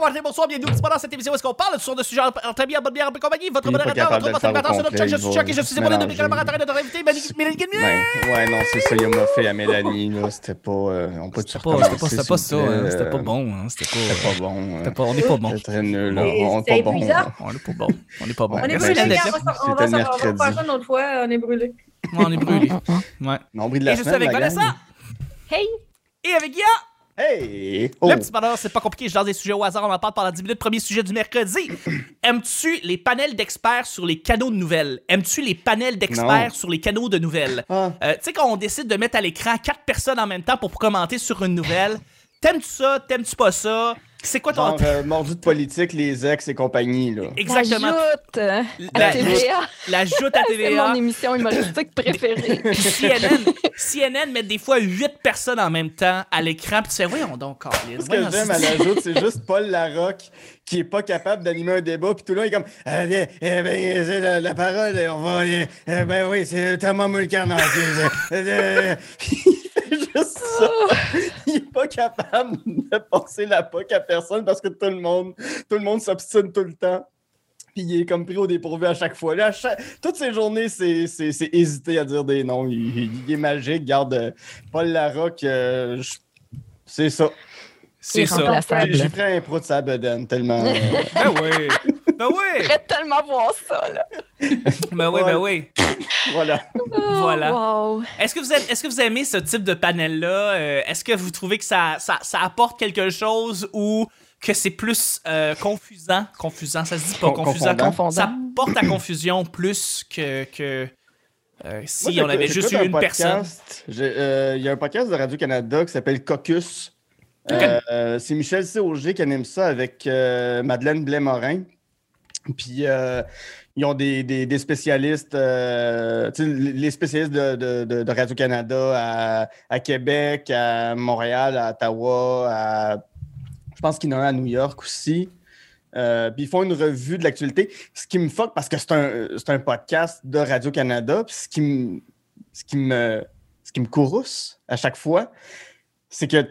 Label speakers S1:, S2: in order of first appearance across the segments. S1: matin, bonsoir, bienvenue pendant cette émission où est-ce qu'on parle sur le sujet entre amis, en bonne bière, en bonne compagnie, votre
S2: Il est pas
S1: modérateur,
S2: capable
S1: votre
S2: de le savoir
S1: animateur, c'est notre Chuck, je
S2: complet, il
S1: suis
S2: va
S1: Chuck et je suis épaulé de mes
S2: mélanger.
S1: camarades et de l'invité, Mélanie- Mélanie Guillemot.
S2: Ben, ouais, non, c'est ça, il m'a fait à Mélanie, là. C'était pas. euh, on peut
S3: C'était pas, c'était pas, c'était pas ça, hein,
S4: euh,
S3: c'était pas bon. Hein, c'était pas,
S2: euh, C'était pas bon.
S3: c'était
S2: euh,
S3: pas- on est pas bon.
S2: C'était très nul, là.
S4: Et
S2: On
S4: c'était
S2: pas bon. hein.
S4: bizarre.
S3: On est pas bon. On est pas bon.
S2: Ouais,
S4: On est
S2: ben,
S3: Merci,
S4: brûlés,
S2: c'est-
S4: les gars,
S3: Alex.
S4: on va s'en- on
S2: c'était
S4: va
S2: le
S4: s'en- on va
S2: mercredi.
S4: faire ça une autre fois, on est brûlés.
S3: Ouais, on est brûlés. Ouais.
S2: Nombril de
S1: Et
S2: la
S1: je suis
S2: semaine,
S1: avec
S2: la gang.
S1: Vanessa
S5: Hey!
S1: et avec Guilla.
S2: Hey! Oh!
S1: Le petit bonheur, c'est pas compliqué, je lance des sujets au hasard, on en parle pendant 10 minutes. Premier sujet du mercredi. Aimes-tu les panels d'experts sur les canaux de nouvelles? Aimes-tu les panels
S2: Non.
S1: d'experts sur les canaux de nouvelles?
S2: Ah,
S1: Euh, tu sais, quand on décide de mettre à l'écran quatre personnes en même temps pour commenter sur une nouvelle, t'aimes-tu ça? T'aimes-tu pas ça? C'est quoi ton.
S2: genre, euh, mordu de politique, les ex et compagnie, là.
S1: Exactement.
S5: La joute euh,
S1: La-
S5: à TVA.
S1: La joute à
S5: C'est
S1: TVA.
S5: mon émission humoristique préférée.
S1: Puis CNN, CNN met des fois huit personnes en même temps à l'écran. Puis tu fais, voyons donc, Colin.
S2: Ce que j'aime à la joute, c'est juste Paul Larocque qui est pas capable d'animer un débat, puis tout le long, il est comme Eh bien, eh bien, c'est la, la parole, on va. eh, eh ben oui, c'est Thomas Mulcairn. juste ça. Il est pas capable de passer la poque à personne parce que tout le monde, tout le monde s'obstine tout le temps. Puis il est comme pris au dépourvu à chaque fois. Là, à chaque- Toutes ces journées, c'est c'est- c'est hésiter à dire des noms. Il, il- il est magique. Garde euh, Paul Larocque, euh, je- c'est ça.
S3: C'est ça.
S2: J'ai j'ai
S5: Irremplaçable.
S2: pris un pro de sa bedaine tellement. euh,
S1: Ben oui. Ben oui.
S5: J'aimerais tellement voir ça, là.
S1: Ben oui, ben oui.
S2: voilà.
S5: Oh,
S1: Voilà.
S5: wow.
S3: Hein?
S1: Est-ce que, vous êtes- est-ce que vous aimez ce type de panel-là? Euh, Est-ce que vous trouvez que ça, ça, ça apporte quelque chose ou que c'est plus euh, confusant? Confusant, ça se dit pas.
S2: Con-
S1: Confusant.
S2: confondant.
S1: Conf- Ça porte à confusion plus que, que euh, si
S2: Moi,
S1: on avait
S2: j'écoute-
S1: juste eu
S2: j'écoute
S1: une
S2: un
S1: personne.
S2: podcast. J'ai, euh, Il y a un podcast de Radio-Canada qui s'appelle Caucus. Euh, euh, c'est Michel Séauger qui anime ça avec euh, Madeleine Blais-Morin. Puis euh, ils ont des, des- des spécialistes, euh, tu sais, les spécialistes de, de- de- de Radio-Canada à, à Québec, à Montréal, à Ottawa, à- je pense qu'il y en a un à New York aussi. Euh, puis ils font une revue de l'actualité. Ce qui me fuck, parce que c'est un, c'est un podcast de Radio-Canada, puis ce qui me, ce qui me, ce qui me courrouce à chaque fois, c'est que,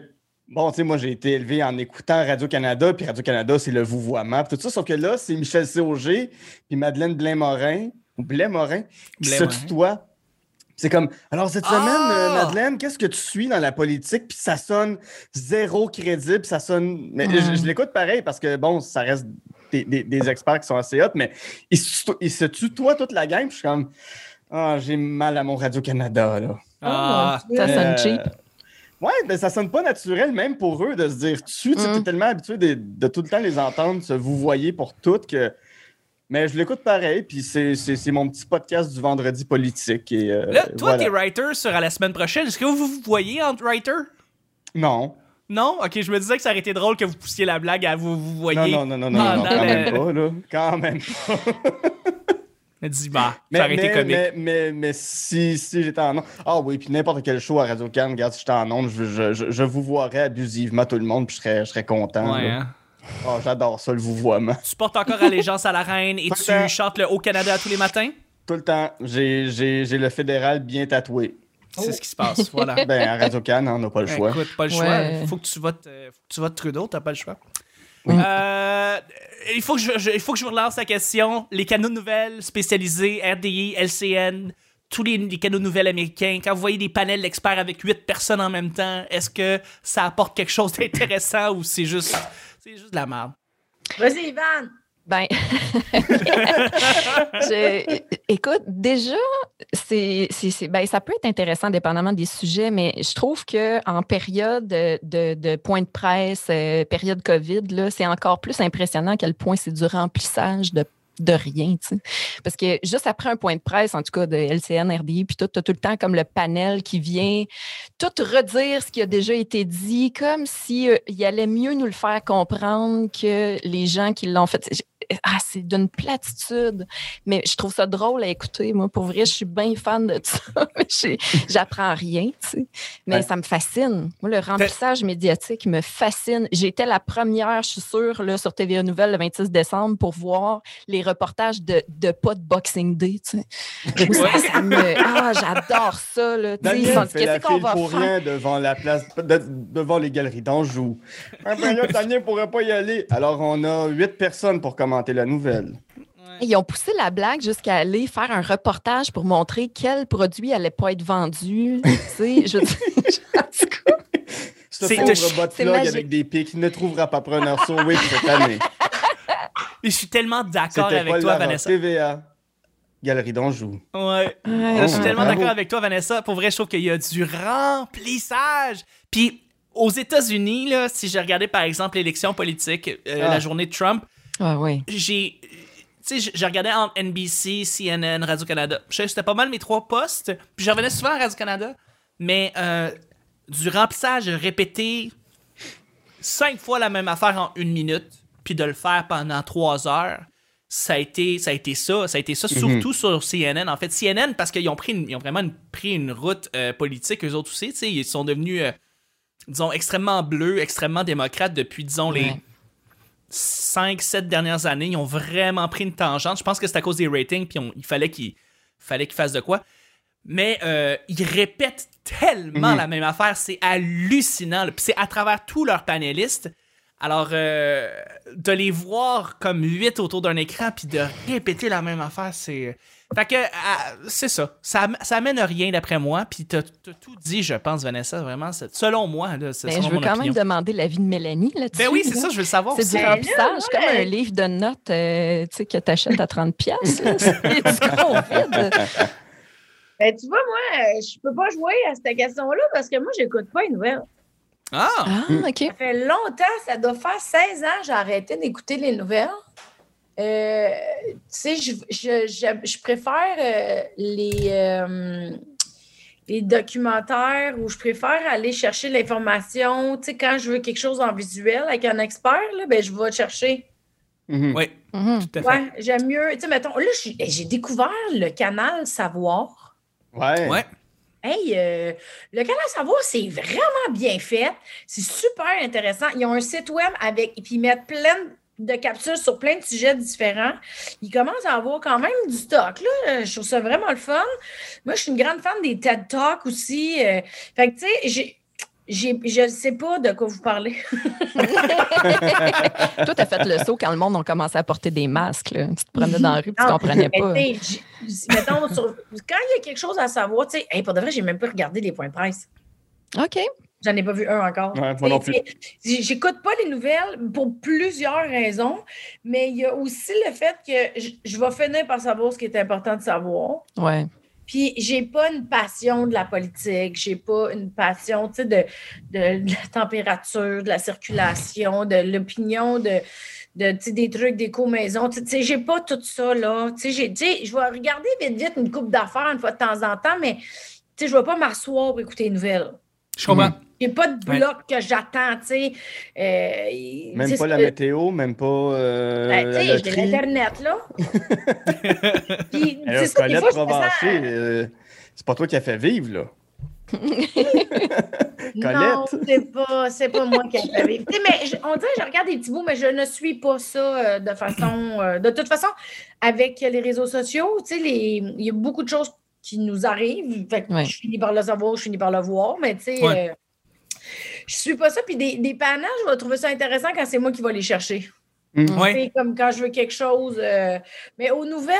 S2: bon, tu sais, moi, j'ai été élevé en écoutant Radio-Canada, puis Radio-Canada, c'est le vouvoiement, puis tout ça, sauf que là, c'est Michel Séauger, puis Madeleine Blain-Morin, ou Blais-Morin, qui se
S1: Blais-Morin.
S2: tutoient. C'est comme, alors cette
S1: Ah!
S2: semaine, euh, Madeleine, qu'est-ce que tu suis dans la politique? Puis ça sonne zéro crédible, ça sonne. Mais je, je l'écoute pareil parce que, bon, ça reste des, des- des experts qui sont assez hot, mais ils se, tuto- ils se tutoient toute la gang. Puis je suis comme, ah, j'ai mal à mon Radio-Canada, là.
S1: Ah,
S5: Oh, mon Dieu. ça sonne
S2: Euh,
S5: cheap.
S2: Ouais, mais ça sonne pas naturel, même pour eux, de se dire tu. Tu sais,
S5: Mm.
S2: t'es tellement habitué de, de tout le temps les entendre, se vous voyez pour toutes que. Mais je l'écoute pareil, puis c'est- c'est c'est mon petit podcast du vendredi politique. Et, euh,
S1: Là, toi,
S2: voilà.
S1: t'es writer sera la semaine prochaine. Est-ce que vous vous voyez en writer?
S2: Non.
S1: Non? Ok, je me disais que ça aurait été drôle que vous poussiez la blague à vous vous voyez.
S2: Non, non, non, non, non,
S1: Ah,
S2: non,
S1: non,
S2: quand
S1: mais-
S2: même pas, là. Quand même.
S1: Mais dis, bah,
S2: Mais,
S1: ça aurait été
S2: mais-
S1: comique.
S2: mais, mais- mais si, si j'étais en ondes. Ah oui, puis n'importe quel show à Radio-Can, regarde, si j'étais en ondes, je, je, je- je vous voirais abusivement tout le monde, puis je serais, je serais content.
S1: Ouais,
S2: là.
S1: hein.
S2: Ah, J'adore ça, le vouvoiement.
S1: Tu portes encore allégeance à la reine et
S2: Tout le temps.
S1: tu chantes le Haut-Canada tous les matins?
S2: Tout le temps, j'ai j'ai- j'ai le fédéral bien tatoué.
S1: C'est ce qui se passe, voilà.
S2: Ben, à Radio-Can, hein, on n'a pas le
S1: Ben,
S2: choix.
S1: Écoute, pas le choix.
S5: Ouais.
S1: Faut que tu votes, euh, faut que tu votes Trudeau, t'as pas le choix.
S5: Oui.
S1: Euh, il, faut que je, je- il faut que je vous relance la question. Les canaux de nouvelles spécialisés, RDI, LCN, tous les, les canaux de nouvelles américains, quand vous voyez des panels d'experts avec huit personnes en même temps, est-ce que ça apporte quelque chose d'intéressant ou c'est juste, c'est juste de la merde?
S4: Vas-y, Ivan.
S5: Ben, je- écoute, déjà, c'est, c'est- c'est- ben, ça peut être intéressant dépendamment des sujets, mais je trouve que en période de, de- de point de presse, euh, période COVID, là, c'est encore plus impressionnant à quel point c'est du remplissage de de rien, tu sais. Parce que juste après un point de presse, en tout cas de LCN, RDI, puis tout, t'as tout le temps comme le panel qui vient tout redire ce qui a déjà été dit, comme si euh, il allait mieux nous le faire comprendre que les gens qui l'ont fait. J- ah, c'est d'une platitude. Mais je trouve ça drôle à écouter. Moi, pour vrai, je suis bien fan de ça. J'ai- J'apprends rien, tu sais. Mais
S2: Ouais.
S5: ça me fascine. Moi, le remplissage médiatique me fascine. J'étais la première, je suis sûre, là, sur TVA Nouvelle le 26 décembre pour voir les reportages de, de pas de Boxing Day, tu sais. Moi, ça, ça me- Ah, j'adore ça, là. Tu sais, ils sont
S2: Daniel
S5: dit,
S2: fait la
S5: qu'est-ce qu'on
S2: file
S5: va
S2: pour
S5: faire?
S2: rien devant la place, de- devant les galeries d'Anjou. Ah ben là, Daniel pourrait pas y aller. Alors, on a huit personnes pour commenter la nouvelle.
S5: Ils ont poussé la blague jusqu'à aller faire un reportage pour montrer quel produit allait pas être vendu. tu sais, je veux dire, en tout cas,
S2: Ce
S1: C'est-
S2: pauvre bot
S5: c'est
S2: plug
S5: magique.
S2: avec des pics ne trouvera pas preneur sur Wix cette année.
S1: Je suis tellement d'accord
S2: C'était
S1: avec
S2: pas
S1: toi,
S2: la
S1: Vanessa.
S2: TVA. Galerie d'Anjou.
S1: Ouais.
S5: ouais,
S1: Je suis
S2: Oh,
S1: tellement
S2: bravo.
S1: d'accord avec toi, Vanessa. Pour vrai, je trouve qu'il y a du remplissage. Puis aux États-Unis, là, si j'ai regardé par exemple l'élection politique, euh,
S2: Ah.
S1: la journée de Trump,
S5: Ah ouais.
S1: j'ai. Tu sais, j'ai- j'ai regardé entre NBC, CNN, Radio-Canada. Je sais, C'était pas mal mes trois postes. Puis je revenais souvent à Radio-Canada. Mais euh, du remplissage répété cinq fois la même affaire en une minute, puis de le faire pendant trois heures, ça a été ça. A été ça, ça a été ça surtout sur CNN. En fait, CNN, parce qu'ils ont, pris une- ils ont vraiment une- pris une route euh, politique, eux autres aussi. tu sais, Ils sont devenus, euh, disons, extrêmement bleus, extrêmement démocrates depuis, disons, les
S5: Ouais.
S1: 5-7 dernières années, ils ont vraiment pris une tangente. Je pense que c'est à cause des ratings, puis on- il fallait qu'ils fallait qu'ils fassent de quoi. Mais euh, ils répètent tellement la même affaire, c'est hallucinant. là. Puis c'est à travers tous leurs panélistes. Alors, euh, de les voir comme huit autour d'un écran, puis de répéter la même affaire, c'est... Fait que, ah, c'est ça. ça. am- Ça amène à rien, d'après moi. Puis t'as t'as tout dit, je pense, Vanessa, vraiment. c'est- Selon moi, là, c'est
S5: Mais
S1: selon
S5: Ben, je veux
S1: mon
S5: quand
S1: opinion.
S5: même demander l'avis de Mélanie là-dessus.
S1: Ben oui, c'est
S5: là.
S1: ça, je veux le savoir.
S5: C'est
S1: aussi.
S5: du
S4: Ben là,
S5: remplissage,
S4: ouais.
S5: comme un livre de notes euh, tu sais, que tu achètes à 30$. piastres, là. C'est du gros vide.
S4: Ben, tu vois, moi, euh, je peux pas jouer à cette question-là parce que moi, j'écoute pas une nouvelles.
S1: Ah!
S5: Ah, OK.
S4: Ça fait longtemps, ça doit faire 16 ans, j'ai arrêté d'écouter les nouvelles. Euh, tu sais, je, je- je- je préfère euh, les, euh, les documentaires où je préfère aller chercher l'information. Tu sais, quand je veux quelque chose en visuel avec un expert, là, ben, je vais chercher.
S2: Mhm.
S1: Oui,
S5: Mhm.
S1: tout à fait.
S4: Ouais, j'aime mieux. Tu sais, mettons, là, j'ai j'ai découvert le canal Savoir.
S2: Ouais.
S1: Ouais.
S4: Hey, euh, le canal savoir, c'est vraiment bien fait. C'est super intéressant. Ils ont un site web avec, et puis ils mettent plein de capsules sur plein de sujets différents. Ils commencent à avoir quand même du stock. Là. Je trouve ça vraiment le fun. Moi, je suis une grande fan des TED Talks aussi. euh. fait que, tu sais, j'ai- j'ai- je ne sais pas de quoi vous parlez.
S5: Toi, t'as fait le saut quand le monde a commencé à porter des masques. là. Tu te promenais dans la rue et tu
S4: Non,
S5: comprenais
S4: mais
S5: pas.
S4: tu sais, j- j- mettons, sur- quand il y a quelque chose à savoir, tu sais, hey, pour de vrai, j'ai même pas regardé les points de presse.
S5: OK.
S4: J'en ai pas vu un encore.
S2: Ouais, moi non
S4: Tu sais, j- J'écoute pas les nouvelles pour plusieurs raisons, mais il y a aussi le fait que j- je vais finir par savoir ce qui est important de savoir.
S5: Ouais.
S4: Puis j'ai pas une passion de la politique, j'ai pas une passion, tu sais, de, de, de la température, de la circulation, de l'opinion, de, de tu sais, des trucs, des co-maisons. Tu sais, j'ai pas tout ça, là. Tu sais, j'ai- tu sais, je vais regarder vite, vite une coupe d'affaires une fois de temps en temps, mais tu sais, je vais pas m'asseoir pour écouter les nouvelles.
S1: Je comprends.
S4: J'ai pas de
S1: Ouais.
S4: bloc que j'attends, tu sais. Euh, y- tu
S2: Même
S4: sais,
S2: pas la
S4: c'est-
S2: météo, même pas euh,
S4: Ben, tu
S2: la
S4: sais, j'ai
S2: loterie.
S4: l'Internet, là. Puis,
S2: Alors,
S4: c'est ça, des
S2: Colette
S4: fois, je me sens...
S2: Provencher, euh, c'est pas toi qui as fait vivre, là.
S4: Non,
S2: Colette.
S4: c'est pas, c'est pas moi qui ai fait vivre. Tu sais, mais je- on dirait que je regarde des petits bouts, mais je ne suis pas ça euh, de façon... euh, de toute façon, avec les réseaux sociaux, tu sais, les- il y a beaucoup de choses qui nous arrivent. Fait que
S5: Ouais.
S4: je finis par le savoir, je finis par le voir, mais tu sais...
S1: Ouais.
S4: euh, je suis pas ça, puis des, des panaches, je vais trouver ça intéressant quand c'est moi qui vais les chercher.
S1: Ouais.
S4: C'est comme quand je veux quelque chose. euh, mais aux nouvelles,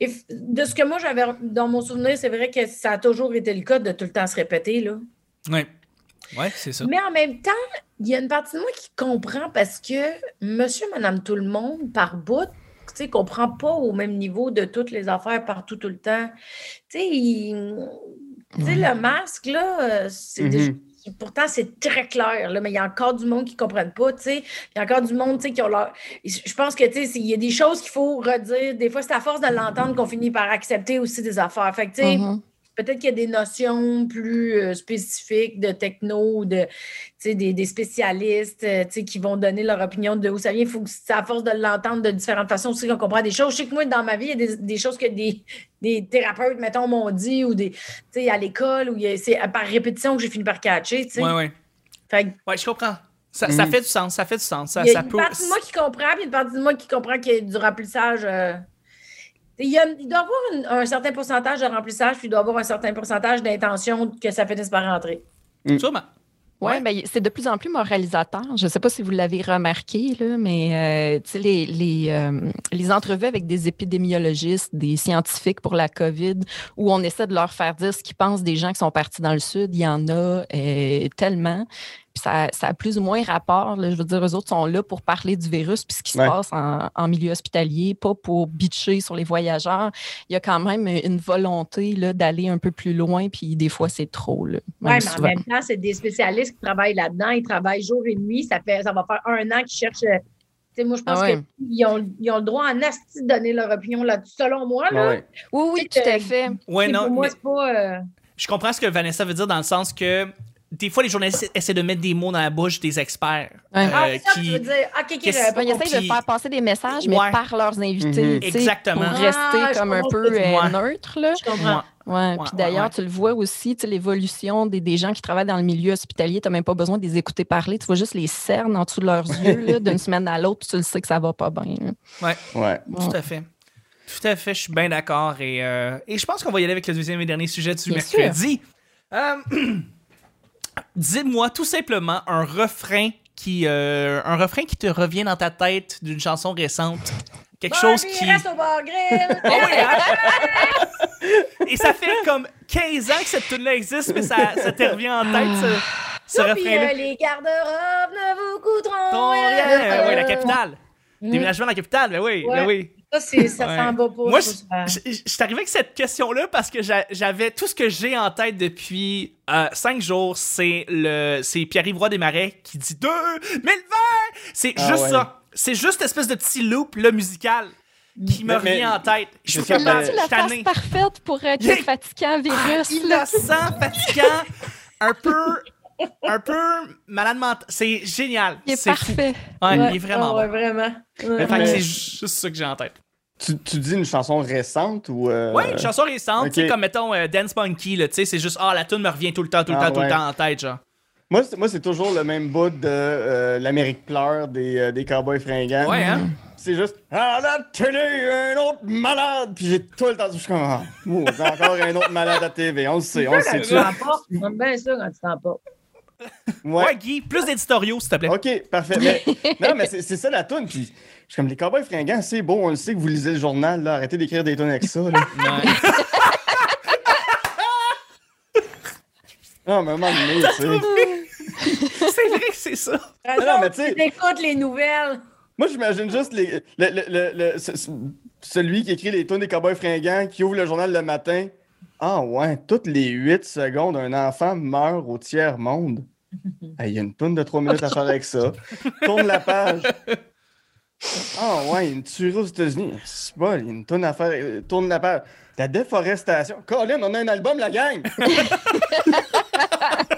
S4: et f- de ce que moi j'avais dans mon souvenir, c'est vrai que ça a toujours été le cas de tout le temps se répéter. Là.
S1: Ouais. Ouais, c'est ça.
S4: Mais en même temps, il y a une partie de moi qui comprend parce que monsieur, madame, tout le monde, par bout, tu sais, comprend pas au même niveau de toutes les affaires partout, tout le temps. Tu sais, il- tu sais, le masque, là, euh, c'est
S2: Mhm.
S4: déjà- Pourtant, c'est très clair, là, mais il y a encore du monde qui ne comprennent pas, tu sais. Il y a encore du monde, tu sais, qui ont leur... Je je pense que, tu sais, c'est- il y a des choses qu'il faut redire. Des fois, c'est à force de l'entendre qu'on finit par accepter aussi des affaires. Fait que, tu sais,
S5: Mhm.
S4: peut-être qu'il y a des notions plus euh, spécifiques de techno, de, des, des spécialistes euh, qui vont donner leur opinion de où ça vient. Il faut que c'est à force de l'entendre de différentes façons aussi qu'on comprend des choses. Je sais que moi, dans ma vie, il y a des, des choses que des, des thérapeutes, mettons, m'ont dit ou des, à l'école, où il y a- c'est par répétition que j'ai fini par catcher. tu sais.
S1: Ouais, ouais.
S4: Fait que
S1: Ouais, je comprends. Ça, ça
S2: Mm.
S1: fait du sens, ça fait du sens. Ça,
S4: Il y a
S1: ça
S4: une
S1: peut...
S4: partie de moi qui comprend, puis une partie de moi qui comprend qu'il y a du remplissage. euh, Il, y a- il doit y avoir une- un certain pourcentage de remplissage, puis il doit y avoir un certain pourcentage d'intention que ça finisse par rentrer.
S1: Sûrement.
S5: Oui,
S1: Ouais.
S5: ben, c'est de plus en plus moralisateur. Je ne sais pas si vous l'avez remarqué, là, mais euh, tu sais, les, les, euh, les entrevues avec des épidémiologistes, des scientifiques pour la COVID, où on essaie de leur faire dire ce qu'ils pensent des gens qui sont partis dans le Sud, il y en a euh, tellement. Puis ça, ça a plus ou moins rapport. là. je veux dire, eux autres sont là pour parler du virus puis ce qui
S2: Ouais.
S5: se passe en, en milieu hospitalier, pas pour bitcher sur les voyageurs. Il y a quand même une volonté là, d'aller un peu plus loin, puis des fois, c'est trop. Là,
S4: Oui,
S5: même
S4: mais en
S5: souvent.
S4: même temps, c'est des spécialistes qui travaillent là-dedans. Ils travaillent jour et nuit. Ça, fait, ça va faire un an qu'ils cherchent. euh, tu sais, moi, je pense
S5: Ah ouais.
S4: qu'ils ont, ils ont le droit en asti de donner leur opinion là-dessus. Selon moi, là,
S2: Ouais,
S5: Oui, oui, tout à
S4: Euh,
S5: fait.
S1: Ouais,
S4: c'est-
S1: non,
S4: pour moi,
S1: mais
S4: c'est pas. euh,
S1: je comprends ce que Vanessa veut dire dans le sens que des fois, les journalistes essaient de mettre des mots dans la bouche des experts.
S5: Ouais.
S4: Ah,
S1: euh,
S4: c'est ça, que
S1: qui-
S4: tu veux dire. Ah, ok, ok,
S1: Qu'est-ce-
S4: j'avais pas
S5: Ouais, ils
S4: compris.
S5: essayent Ben, de
S1: Puis-
S5: faire passer des messages, mais
S1: Ouais.
S5: par leurs invités.
S2: Mhm.
S5: tu sais,
S1: Exactement.
S5: Pour
S4: Ah,
S5: rester
S4: je
S5: comme un
S4: comprends
S5: peu
S4: ce que tu
S5: euh,
S1: dis.
S5: neutre. Là.
S4: Je comprends.
S1: Ouais.
S5: Ouais.
S1: ouais,
S5: Puis d'ailleurs,
S1: ouais.
S5: tu le vois aussi, tu sais, l'évolution des, des gens qui travaillent dans le milieu hospitalier. Tu n'as même pas besoin de les écouter parler. Tu vois juste les cernes en dessous de leurs yeux là, d'une semaine à l'autre, puis tu le sais que ça va pas bien. là.
S2: ouais.
S5: Ouais.
S1: Tout à fait. Tout à fait, je suis bien d'accord. Et, euh, et je pense qu'on va y aller avec le deuxième et dernier sujet du
S5: Bien
S1: mercredi. Euh, Dis-moi tout simplement un refrain qui euh, un refrain qui te revient dans ta tête d'une chanson récente. Quelque chose
S4: Barbie,
S1: qui.
S4: reste au bar grill.
S1: Ah oui, hein? et ça fait comme 15 ans que cette tune-là existe, mais ça, ça te revient en tête, ce, ce
S4: Puis, euh,
S1: refrain-là.
S4: les garde-robes ne vous coûteront
S1: Ton rien.
S4: rien.
S1: Ah Oui, la capitale.
S4: Mm.
S1: Déménagement de la capitale, ben oui, ben
S4: euh, Ouais.
S1: oui.
S4: Ça, c'est- ça
S1: Ouais.
S4: s'en va pas.
S1: Moi,
S4: ça,
S1: je,
S4: ça.
S1: je- je suis arrivé avec cette question-là parce que j'a- j'avais tout ce que j'ai en tête depuis euh, cinq jours. C'est le, c'est Pierre-Yves Roy Desmarais qui dit 2020! C'est
S2: Ah
S1: juste
S2: ouais.
S1: ça. C'est juste espèce de petit loop là, musical qui me
S2: Mais- mais-
S1: revient en tête. Je
S2: c'est
S1: suis
S2: ça,
S1: capable,
S2: mais-
S1: je
S5: Tu
S1: suis
S5: la
S1: tanné.
S5: face parfaite pour être
S1: Yeah. Ah,
S5: le fatigant virus. là.
S1: Innocent, fatigant, un peu, un peu malade mental. C'est génial.
S5: Il est
S1: C'est fou.
S5: parfait.
S1: Ouais,
S4: Ouais.
S1: il est vraiment
S4: Ah
S1: bon.
S4: ouais, vraiment.
S2: Mais
S4: Ouais.
S1: Fait que
S2: Euh,
S1: c'est juste ça que j'ai en tête.
S2: Tu, tu dis une chanson récente ou. euh,
S1: Ouais, une chanson récente,
S2: ok.
S1: tu sais, comme mettons euh, Dance Monkey, là, tu sais, c'est juste, ah, la tune me revient tout le temps, tout le
S2: Ah,
S1: temps, tout le
S2: ouais.
S1: temps en tête, genre.
S2: Moi, c'est, moi, c'est toujours le même bout de euh, l'Amérique pleure des, euh, des cowboys fringants.
S1: Ouais, hein?
S2: C'est juste Ah la télé, un autre malade! Puis j'ai tout le temps. Je suis comme Ah, ouh, c'est encore un autre malade à TV. On le sait, on le sait.
S4: Tu t'en portes. J'aime bien ça quand tu t'en portes.
S1: Ouais,
S2: Ouais.
S1: Guy, plus d'éditoriaux, s'il te plaît.
S2: Ok, parfait. Mais- non, mais c'est, c'est ça la toune. Puis je suis comme Les cowboys fringants, c'est beau, on le sait que vous lisez le journal. Là. Arrêtez d'écrire des tonnes avec ça. Là. Non, mais à un moment donné, tu sais.
S1: c'est vrai que c'est ça.
S4: Raison,
S2: non, mais tu sais-
S4: tu écoutes les nouvelles.
S2: Moi, j'imagine juste les, le, le- le- le- ce- ce- celui qui écrit les tunes des cowboys fringants, qui ouvre le journal le matin. Ah ouais, toutes les 8 secondes, un enfant meurt au tiers-monde. Ah, Il y a une toune de 3 minutes à faire avec ça. Tourne la page. Ah ouais, il y a une tuerie aux États-Unis. C'est pas, il y a une toune à faire. euh, Tourne la page. La déforestation. Colin, on a un album, la gang!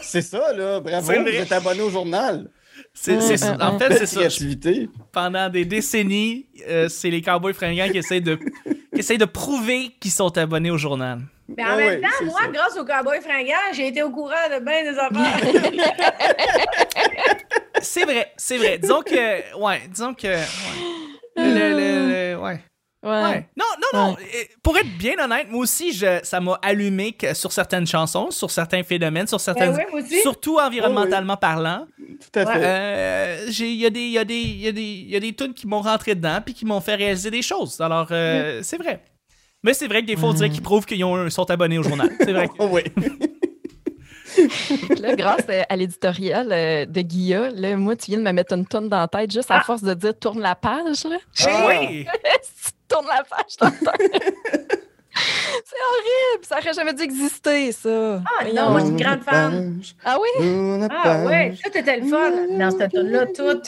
S2: C'est ça, là. Bravo,
S1: C'est
S2: vous
S1: vrai.
S2: êtes abonné au journal.
S1: C'est- c'est ça. En fait, c'est
S2: Belle
S1: ça. Je-
S2: créativité.
S1: Pendant des décennies, euh, c'est les cowboys fringants qui essayent de, qui essayent de prouver qu'ils sont abonnés au journal.
S4: Mais
S2: Ouais,
S4: en même
S2: ouais,
S4: temps,
S2: c'est
S4: moi,
S2: ça.
S4: grâce au cowboy fringant, j'ai été au courant de bien des affaires.
S1: C'est vrai, c'est vrai. Disons que, ouais, disons que, ouais. Le- le- le- ouais.
S5: Ouais.
S1: Ouais. Non, non, non. Euh, Pour être bien honnête, moi aussi, je, ça m'a allumé que sur certaines chansons, sur certains phénomènes, sur certaines.
S4: Ben oui, moi aussi.
S1: Surtout environnementalement parlant.
S2: Tout à fait.
S1: Euh, j'ai- Il y a des, il y a des, il y a des, il y a des tunes qui m'ont rentré dedans puis qui m'ont fait réaliser des choses. Alors, euh, c'est vrai. Mais c'est vrai que des fois, on dirait qu'ils prouvent qu'ils ont- sont abonnés au journal. C'est vrai. que-
S2: Oh, oui.
S5: Là, grâce euh, à l'éditorial euh, de Guilla, là, moi, tu viens de me mettre une tonne dans la tête juste
S1: Ah.
S5: à force de dire tourne la page. Là.
S2: Ah.
S1: Oui!
S5: Si tu tournes la page, t'entends. C'est horrible. Ça aurait jamais dû exister, ça.
S4: Ah
S5: Voyons.
S4: non, moi, je suis une grande fan.
S5: Ah oui?
S4: Ah ouais, tout était le fun dans cette tune là tout.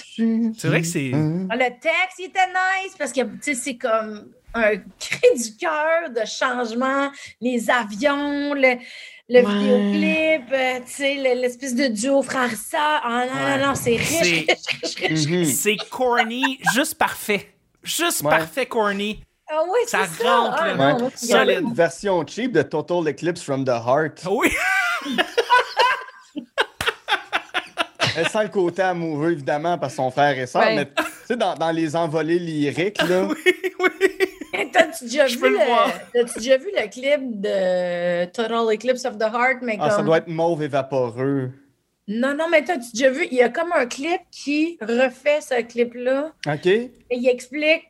S1: C'est vrai que c'est.
S4: Mm-hmm. Ah, Le texte, il était nice parce que, tu sais, c'est comme. un cri du cœur de changement, les avions, le, le vidéoclip, euh, tu sais, le- l'espèce de duo frère-sœur. Ah non, non, non, c'est riche,
S1: C'est-
S4: riche, riche, riche.
S2: Mhm.
S1: C'est corny, juste parfait. Juste
S2: Ouais.
S1: parfait corny.
S4: Ah oui, c'est
S1: Ça
S4: ça.
S1: rentre,
S4: Ah,
S1: là.
S4: non, moi,
S1: Ça,
S4: c'est
S2: C'est
S1: Solide.
S2: une version cheap de Total Eclipse from the Heart.
S1: Ah Oui, Oh.
S2: Euh, Sans le côté amoureux, évidemment, parce que son frère et sœur,
S5: Ouais.
S2: mais tu sais, dans, dans les envolées lyriques, là,
S4: T'as-tu déjà,
S1: Je
S4: vu
S1: peux le voir.
S4: le- t'as-tu déjà vu le clip de Total Eclipse of the Heart? Mais
S2: ah, ça
S4: comme-
S2: doit être mauve et vaporeux.
S4: Non, non, mais t'as-tu déjà vu? Il y a comme un clip qui refait ce clip-là
S2: OK?
S4: et il explique.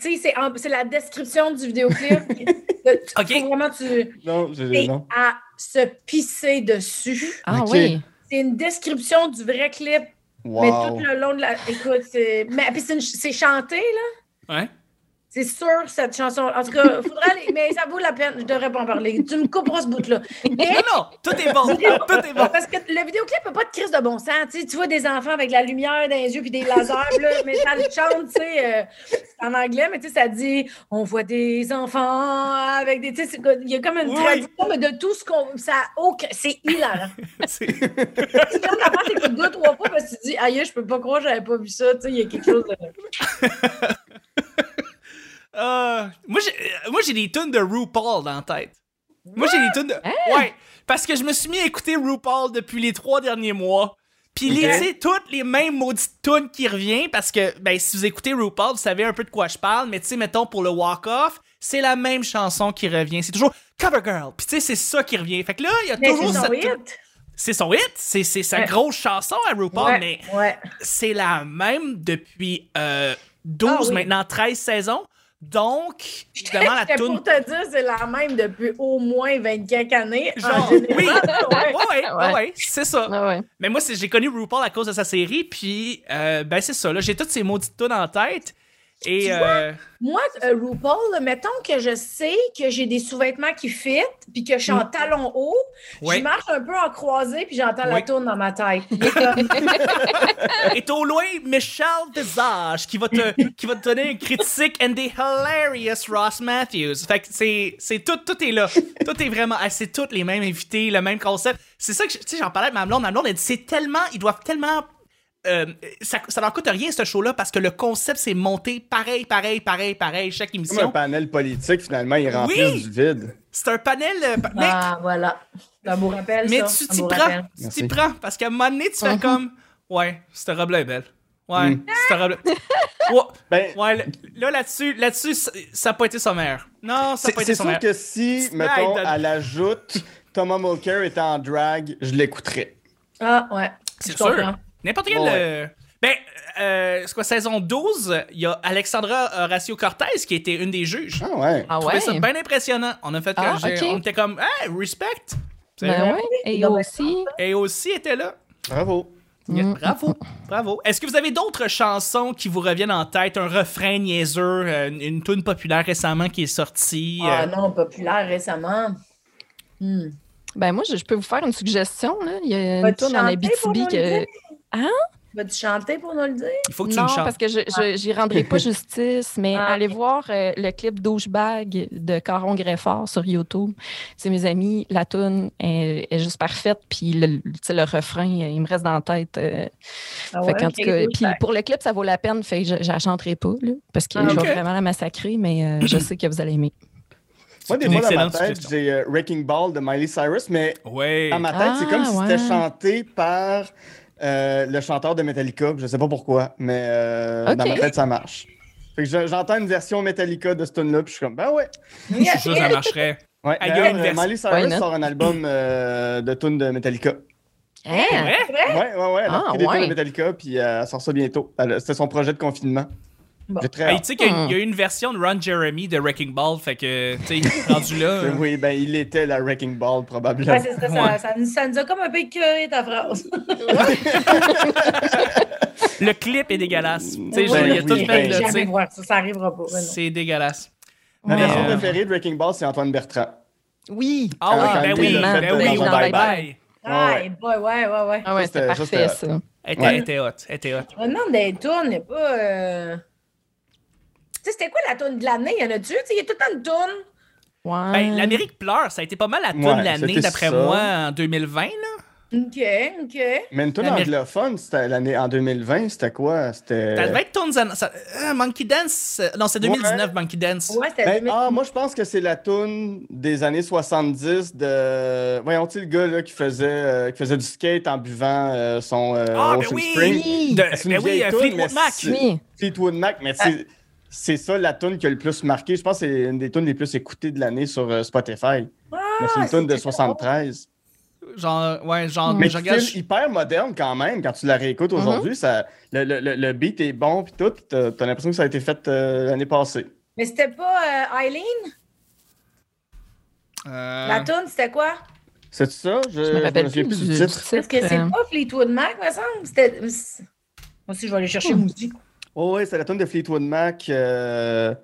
S4: Tu sais, c'est en- c'est la description du vidéoclip. Le- tu-
S1: Ok.
S4: faut Vraiment, tu
S2: Non, j'ai
S4: es
S2: non.
S4: à se pisser dessus.
S5: Ah
S2: Ok.
S5: oui.
S4: C'est une description du vrai clip, mais
S2: Wow.
S4: tout le long de la. Écoute, c'est. Mais puis c'est une ch- c'est chanté, là.
S3: Ouais.
S4: C'est sûr, cette chanson. En tout cas, faudrait aller. Mais ça vaut la peine. Je devrais pas en parler. Tu me couperas ce bout-là. Mais
S1: non, non, tout est bon. Tout est bon.
S4: Parce que le vidéoclip n'a pas de crise de bon sens. Tu sais, tu vois des enfants avec la lumière dans les yeux puis des lasers, puis là, mais ça le chante, tu sais, euh, c'est en anglais, mais tu sais, ça dit on voit des enfants avec des. Tu sais, c'est comme- il y a comme une
S1: Oui.
S4: traduction mais de tout ce qu'on. Ça a aucun- C'est hilarant.
S1: C'est-
S4: C'est comme quand t'écoutes deux, trois fois parce que tu dis aïe, je peux pas croire, j'avais pas vu ça. Tu sais, il y a quelque chose de.
S1: Euh, moi, j'ai- euh, moi, j'ai des tunes de RuPaul dans la tête. Moi, j'ai des tunes de.
S4: Hein?
S1: Ouais, parce que je me suis mis à écouter RuPaul depuis les trois derniers mois. Puis, les-
S2: Ok.
S1: tu sais, toutes les mêmes maudites tunes qui reviennent, parce que, ben, si vous écoutez RuPaul, vous savez un peu de quoi je parle, mais tu sais, mettons, pour le walk-off, c'est la même chanson qui revient. C'est toujours Cover Girl. Puis, tu sais, c'est ça qui revient. Fait que là, il y a
S4: Mais
S1: toujours
S4: c'est son
S1: cette.
S4: hit.
S1: C'est son hit. C'est c'est sa
S4: Ouais.
S1: grosse chanson à RuPaul,
S4: Ouais,
S1: mais
S4: ouais.
S1: c'est la même depuis euh, 12,
S4: Ah oui.
S1: maintenant 13 saisons. Donc, évidemment, la
S4: C'était
S1: toune.
S4: pour te dire, c'est la même depuis au moins 25 années. en
S1: Genre,
S4: général.
S1: oui,
S4: Ouais.
S1: ouais, ouais,
S5: Ouais.
S1: ouais, c'est ça.
S5: Ah ouais.
S1: Mais moi, c'est- j'ai connu RuPaul à cause de sa série, puis, euh, ben, c'est ça, là. J'ai toutes ces maudites tunes en tête. Et,
S4: Tu
S1: euh,
S4: Moi, euh, RuPaul, là, mettons que je sais que j'ai des sous-vêtements qui fit, puis que je suis en talons hauts,
S1: Ouais.
S4: je marche un peu en croisée, puis j'entends la
S1: Ouais.
S4: tourne dans ma tête. Il est comme,
S1: est au loin Michel Visage qui va te, qui va te donner une critique and the hilarious Ross Matthews. Fait que c'est, c'est tout, tout est là. Tout est vraiment, ah, c'est toutes les mêmes invités, le même concept. C'est ça que, je- tu sais, j'en parlais avec ma blonde. Ma blonde, elle dit, c'est tellement, ils doivent tellement, euh, ça, ça leur coûte rien, ce show-là, parce que le concept, c'est monté pareil, pareil, pareil, pareil, chaque
S2: Comme un
S1: émission.
S2: panel politique, finalement, il remplit
S1: Oui!
S2: du vide.
S1: C'est un panel, euh, pa- mais-
S4: ah, voilà. Ça vous rappelle,
S1: Mais
S4: ça.
S1: tu
S4: ça
S1: t'y
S4: vous
S1: prends.
S4: rappelle.
S1: Tu t'y
S2: Merci.
S1: prends. Parce qu'à un moment donné, tu
S4: Mm-hmm.
S1: fais comme. Ouais, cette robe-là est belle. Ouais,
S2: Mm.
S1: cette robe-là. Ouais,
S2: Ben,
S1: ouais, là- là, là-dessus, là-dessus, ça- ça n'a pas été sommaire. Non, ça n'a
S2: c'est
S1: pas été
S2: c'est sûr
S1: sommaire.
S2: que si,
S1: Slide
S2: mettons,
S1: dans le-
S2: à la joute, Thomas Mulcair était en drag, je l'écouterais.
S4: Ah, ouais.
S1: C'est
S4: Je
S1: sûr.
S5: hein.
S4: comprends.
S1: N'importe quel.
S2: Ouais.
S1: euh, Ben, euh, c'est quoi, saison 12, il y a Alexandra Horacio Cortez qui était une des juges.
S2: Ah ouais.
S5: Ah
S1: Je trouvais
S5: ouais.
S1: ça bien impressionnant. On a fait que
S5: Ah,
S1: j'ai-
S5: ok.
S1: on était comme, hey, respect. C'est vrai.
S5: Ben ouais. Et
S4: Non, mais-
S5: aussi.
S1: Et aussi était là.
S2: Bravo.
S1: Yeah,
S5: Mm.
S1: Bravo, bravo. Est-ce que vous avez d'autres chansons qui vous reviennent en tête? Un refrain niaiseux, euh, une, une tune populaire récemment qui est sortie?
S4: Ah
S1: euh,
S4: non, populaire récemment. Hmm.
S5: Ben moi, je, je peux vous faire une suggestion. Là. Il y a une
S4: Vas-tu
S5: tourne en
S4: chanter pour
S5: Abitibi
S4: nous le
S5: que.
S4: dire? Vas-tu chanter pour nous le dire?
S1: il faut que tu
S5: Non,
S1: me chantes.
S5: parce que je je- j'y rendrai pas justice, mais
S4: Ah,
S5: allez
S4: ok.
S5: voir euh, le clip Douchebag de Caron Greffard sur YouTube. C'est mes amis, la toune est, est juste parfaite, puis le, tu sais, le refrain, euh, il me reste dans la tête. euh,
S4: Ah
S5: fait
S4: ouais,
S5: qu'en
S4: ok,
S5: tout cas,
S4: cool,
S5: puis
S4: ça.
S5: pour le clip, ça vaut la peine, fait que je, je la chanterai pas, là, parce que
S4: Ah,
S5: je
S1: ok.
S5: vais vraiment la massacrer, mais euh, je sais que vous allez aimer.
S2: Moi, des
S1: une
S2: fois, dans ma
S1: excellente
S2: tête,
S1: suggestion.
S2: j'ai euh, Wrecking Ball de Miley Cyrus, mais
S1: Ouais.
S2: dans ma tête, c'est comme si
S5: Ah,
S2: c'était
S5: ouais.
S2: chanté par euh, le chanteur de Metallica. Je sais pas pourquoi, mais euh,
S5: Ok.
S2: dans ma tête, ça marche. Fait que je- j'entends une version Metallica de ce tune-là, puis je suis comme, ben ouais.
S1: Je suis sûr que ça marcherait.
S2: ouais.
S1: Ah, il y a une
S2: d'ailleurs, euh,
S1: version.
S2: Miley Cyrus
S5: Why not?
S2: sort un album euh, de tunes de Metallica.
S1: C'est
S5: Hein?
S1: vrai?
S2: Ouais, ouais, ouais. Elle a
S5: Ah,
S2: pris des
S5: ouais.
S2: tunes de Metallica, puis euh, elle sort ça bientôt. Elle- C'était son projet de confinement.
S4: Bon.
S2: J'ai très
S1: Hey,
S2: hâte.
S1: tu sais qu'il y, a- il y a une version de Ron Jeremy de Wrecking Ball, fait que, tu sais, rendu là. euh,
S2: Oui, ben il était la Wrecking Ball, probablement.
S4: Ouais, c'est ça, ça, ça nous- ça nous a comme un peu écœuré ta phrase.
S1: Le clip est dégueulasse. Tu sais,
S2: Ben
S1: je- il y a
S2: oui,
S1: tout fait,
S2: ben,
S1: là, tu
S4: Jamais
S1: sais.
S4: voir ça, ça arrivera pas. ouais, non.
S1: C'est dégueulasse.
S2: Ma
S1: Mais,
S2: version
S1: euh,
S2: préférée de Wrecking Ball, c'est Antoine Bertrand.
S5: Oui.
S1: Ah oui,
S2: Ah,
S1: ben
S2: quand
S1: oui,
S2: il l'a
S1: ben
S2: fait
S1: oui,
S2: dans
S1: on
S2: un
S1: bye
S2: bye-bye.
S1: bye.
S2: Ah
S4: Ouais, boy, ouais, ouais, ouais.
S5: Ah
S2: Ça,
S5: ouais, c'était
S2: c'était- ça,
S5: parfait,
S2: c'était-
S5: ça.
S1: Elle était-
S2: Ouais.
S1: elle était hot, elle était hot.
S4: Le nombre des tournes n'est pas. euh, sais, c'était quoi la toune de l'année? Il y en a-tu? Tu sais, Il y a tout le temps une toune.
S5: Ouais.
S1: Ben, L'Amérique pleure, ça a été pas mal la toune
S2: Ouais,
S1: de l'année,
S2: c'était
S1: d'après
S2: ça.
S1: moi, en 2020. là.
S4: OK, OK.
S2: Mais une toune
S1: L'Amérique-
S2: anglophone, c'était l'année en 2020, c'était quoi? C'était.
S1: Ça devait être tournes à- ça- euh, Monkey Dance. euh, Non, c'est 2019, Monkey Dance.
S4: Ouais, c'était
S2: Ben,
S4: mais-
S2: ah, moi, je pense que c'est la toune des années 70 de. Voyons, tu sais, le gars là, qui, faisait, euh, qui faisait du skate en buvant euh, son euh,
S1: Ah, ben
S2: Ocean
S1: oui!
S2: Spring.
S5: Oui.
S1: De-
S2: C'est une
S1: ben oui,
S2: vieille
S1: euh,
S2: toune,
S1: Fleetwood
S2: mais
S1: Mac.
S2: c'est-
S5: Oui.
S2: Fleetwood Mac, mais c'est. C'est ça la toune qui a le plus marqué. Je pense que c'est une des tounes les plus écoutées de l'année sur euh, Spotify. Mais c'est une toune de
S4: Ah, c'était
S2: 73.
S3: Genre, ouais, genre,
S2: Mais
S3: je
S2: qui
S3: regarde.
S2: file hyper moderne quand même. Quand tu la réécoutes aujourd'hui, ça le, le- le- le beat est bon puis tout. puis T'as t'as l'impression que ça a été fait euh, l'année passée.
S4: Mais c'était pas euh, Eileen?
S3: euh,
S1: Ah.
S4: La toune, c'était quoi?
S2: C'est ça? Euh, Je,
S5: Je me rappelle plus
S2: souviens
S5: du,
S2: plus
S5: du
S2: du titre.
S4: Parce que c'est
S5: euh,
S4: pas Fleetwood Mac, me semble. C'était... Moi aussi, je vais aller chercher mon outil.
S2: Oh, oui, c'est la tune de Fleetwood Mac. euh,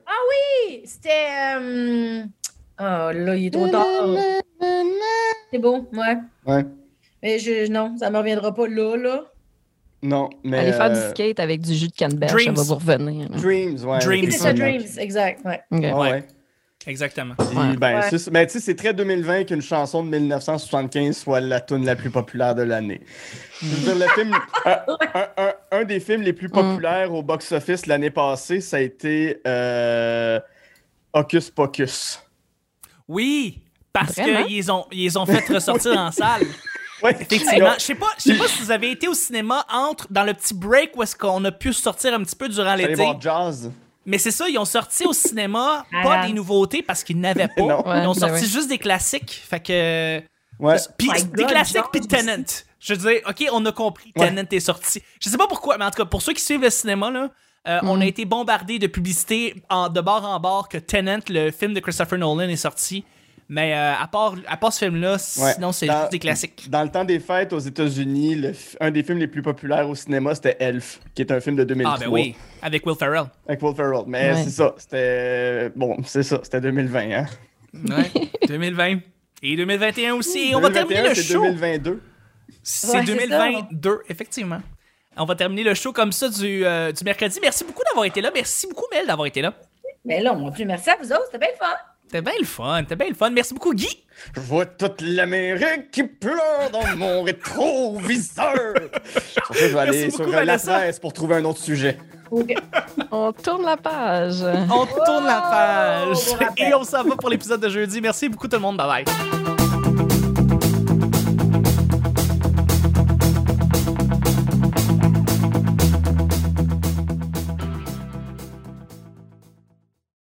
S4: Oui, c'était... euh, Ah, là, il est trop tard. C'est beau, ouais.
S2: ouais.
S4: Mais je, non, ça me reviendra pas là, là.
S2: Non, mais.
S5: Allez faire du
S2: euh,
S5: skate avec du jus de canneberge, ça
S1: Dreams.
S5: va vous revenir. là.
S2: Dreams, ouais.
S1: Dreams.
S4: C'était ça,
S2: Fleetwood Mac.
S4: Dreams, exact, ouais.
S5: Ok.
S2: Ah, ouais.
S1: Exactement.
S2: Puis,
S5: Ouais.
S2: ben,
S4: Ouais.
S2: c'est ça. Mais tu sais, c'est très 2020 qu'une chanson de 1975 soit la tune la plus populaire de l'année. Je veux dire, le film, un, un- un- un des films les plus
S1: Mm.
S2: populaires au box-office l'année passée, ça a été euh, Hocus Pocus.
S1: Oui, parce
S5: Vraiment?
S1: qu'ils ont, ils les ont fait ressortir en salle.
S2: Ouais,
S1: Effectivement. Je sais pas, je sais pas si vous avez été au cinéma entre dans le petit break où est-ce qu'on a pu sortir un petit peu durant
S2: Allez
S1: l'été.
S2: voir Jazz.
S1: Mais c'est ça, ils ont sorti au cinéma
S4: Ah.
S1: pas des nouveautés parce qu'ils n'avaient pas.
S2: Non.
S5: Ouais,
S1: ils ont
S5: ben
S1: sorti
S5: ouais.
S1: juste des classiques. Fait que
S2: Ouais.
S1: Puis
S4: My
S1: des
S4: God,
S1: classiques,
S4: George
S1: puis Tenant. Je veux dire, OK, on a compris,
S2: Ouais.
S1: Tenant est sorti. Je sais pas pourquoi, mais en tout cas, pour ceux qui suivent le cinéma, là, euh,
S2: Mm.
S1: on a été bombardé de publicités en- de bord en bord que Tenant, le film de Christopher Nolan, est sorti. Mais euh, à, part, à part ce film-là,
S2: Ouais.
S1: sinon, c'est
S2: Dans-
S1: juste des classiques.
S2: Dans le temps des fêtes aux États-Unis, le f- un des films les plus populaires au cinéma, c'était Elf, qui est un film de 2003.
S1: Ah, ben oui, avec Will Ferrell.
S2: Avec Will Ferrell. Mais
S5: Ouais.
S2: c'est ça, c'était... Bon, c'est ça, c'était 2020, hein?
S3: ouais.
S1: 2020. Et 2021 aussi. Et on va
S2: 2021,
S1: terminer le
S2: c'est
S1: show.
S2: 2022.
S1: C'est
S4: Ouais, c'est
S1: 2022, effectivement. On va terminer le show comme ça du, euh, du mercredi. Merci beaucoup d'avoir été là. Merci beaucoup, Mel, d'avoir été là.
S4: Mais là, mon Dieu, merci à vous autres, c'était bien fun.
S1: C'était bien le fun. C'était bien le fun. Merci beaucoup, Guy.
S2: Je vois toute l'Amérique qui pleure dans mon rétroviseur. Sur ce, je vais aller
S1: beaucoup,
S2: sur la
S1: Vanessa.
S2: presse pour trouver un autre sujet.
S4: OK.
S5: On tourne la page.
S1: On tourne la page.
S4: bon rappel.
S1: Et on s'en va pour l'épisode de jeudi. Merci beaucoup tout le monde. Bye bye.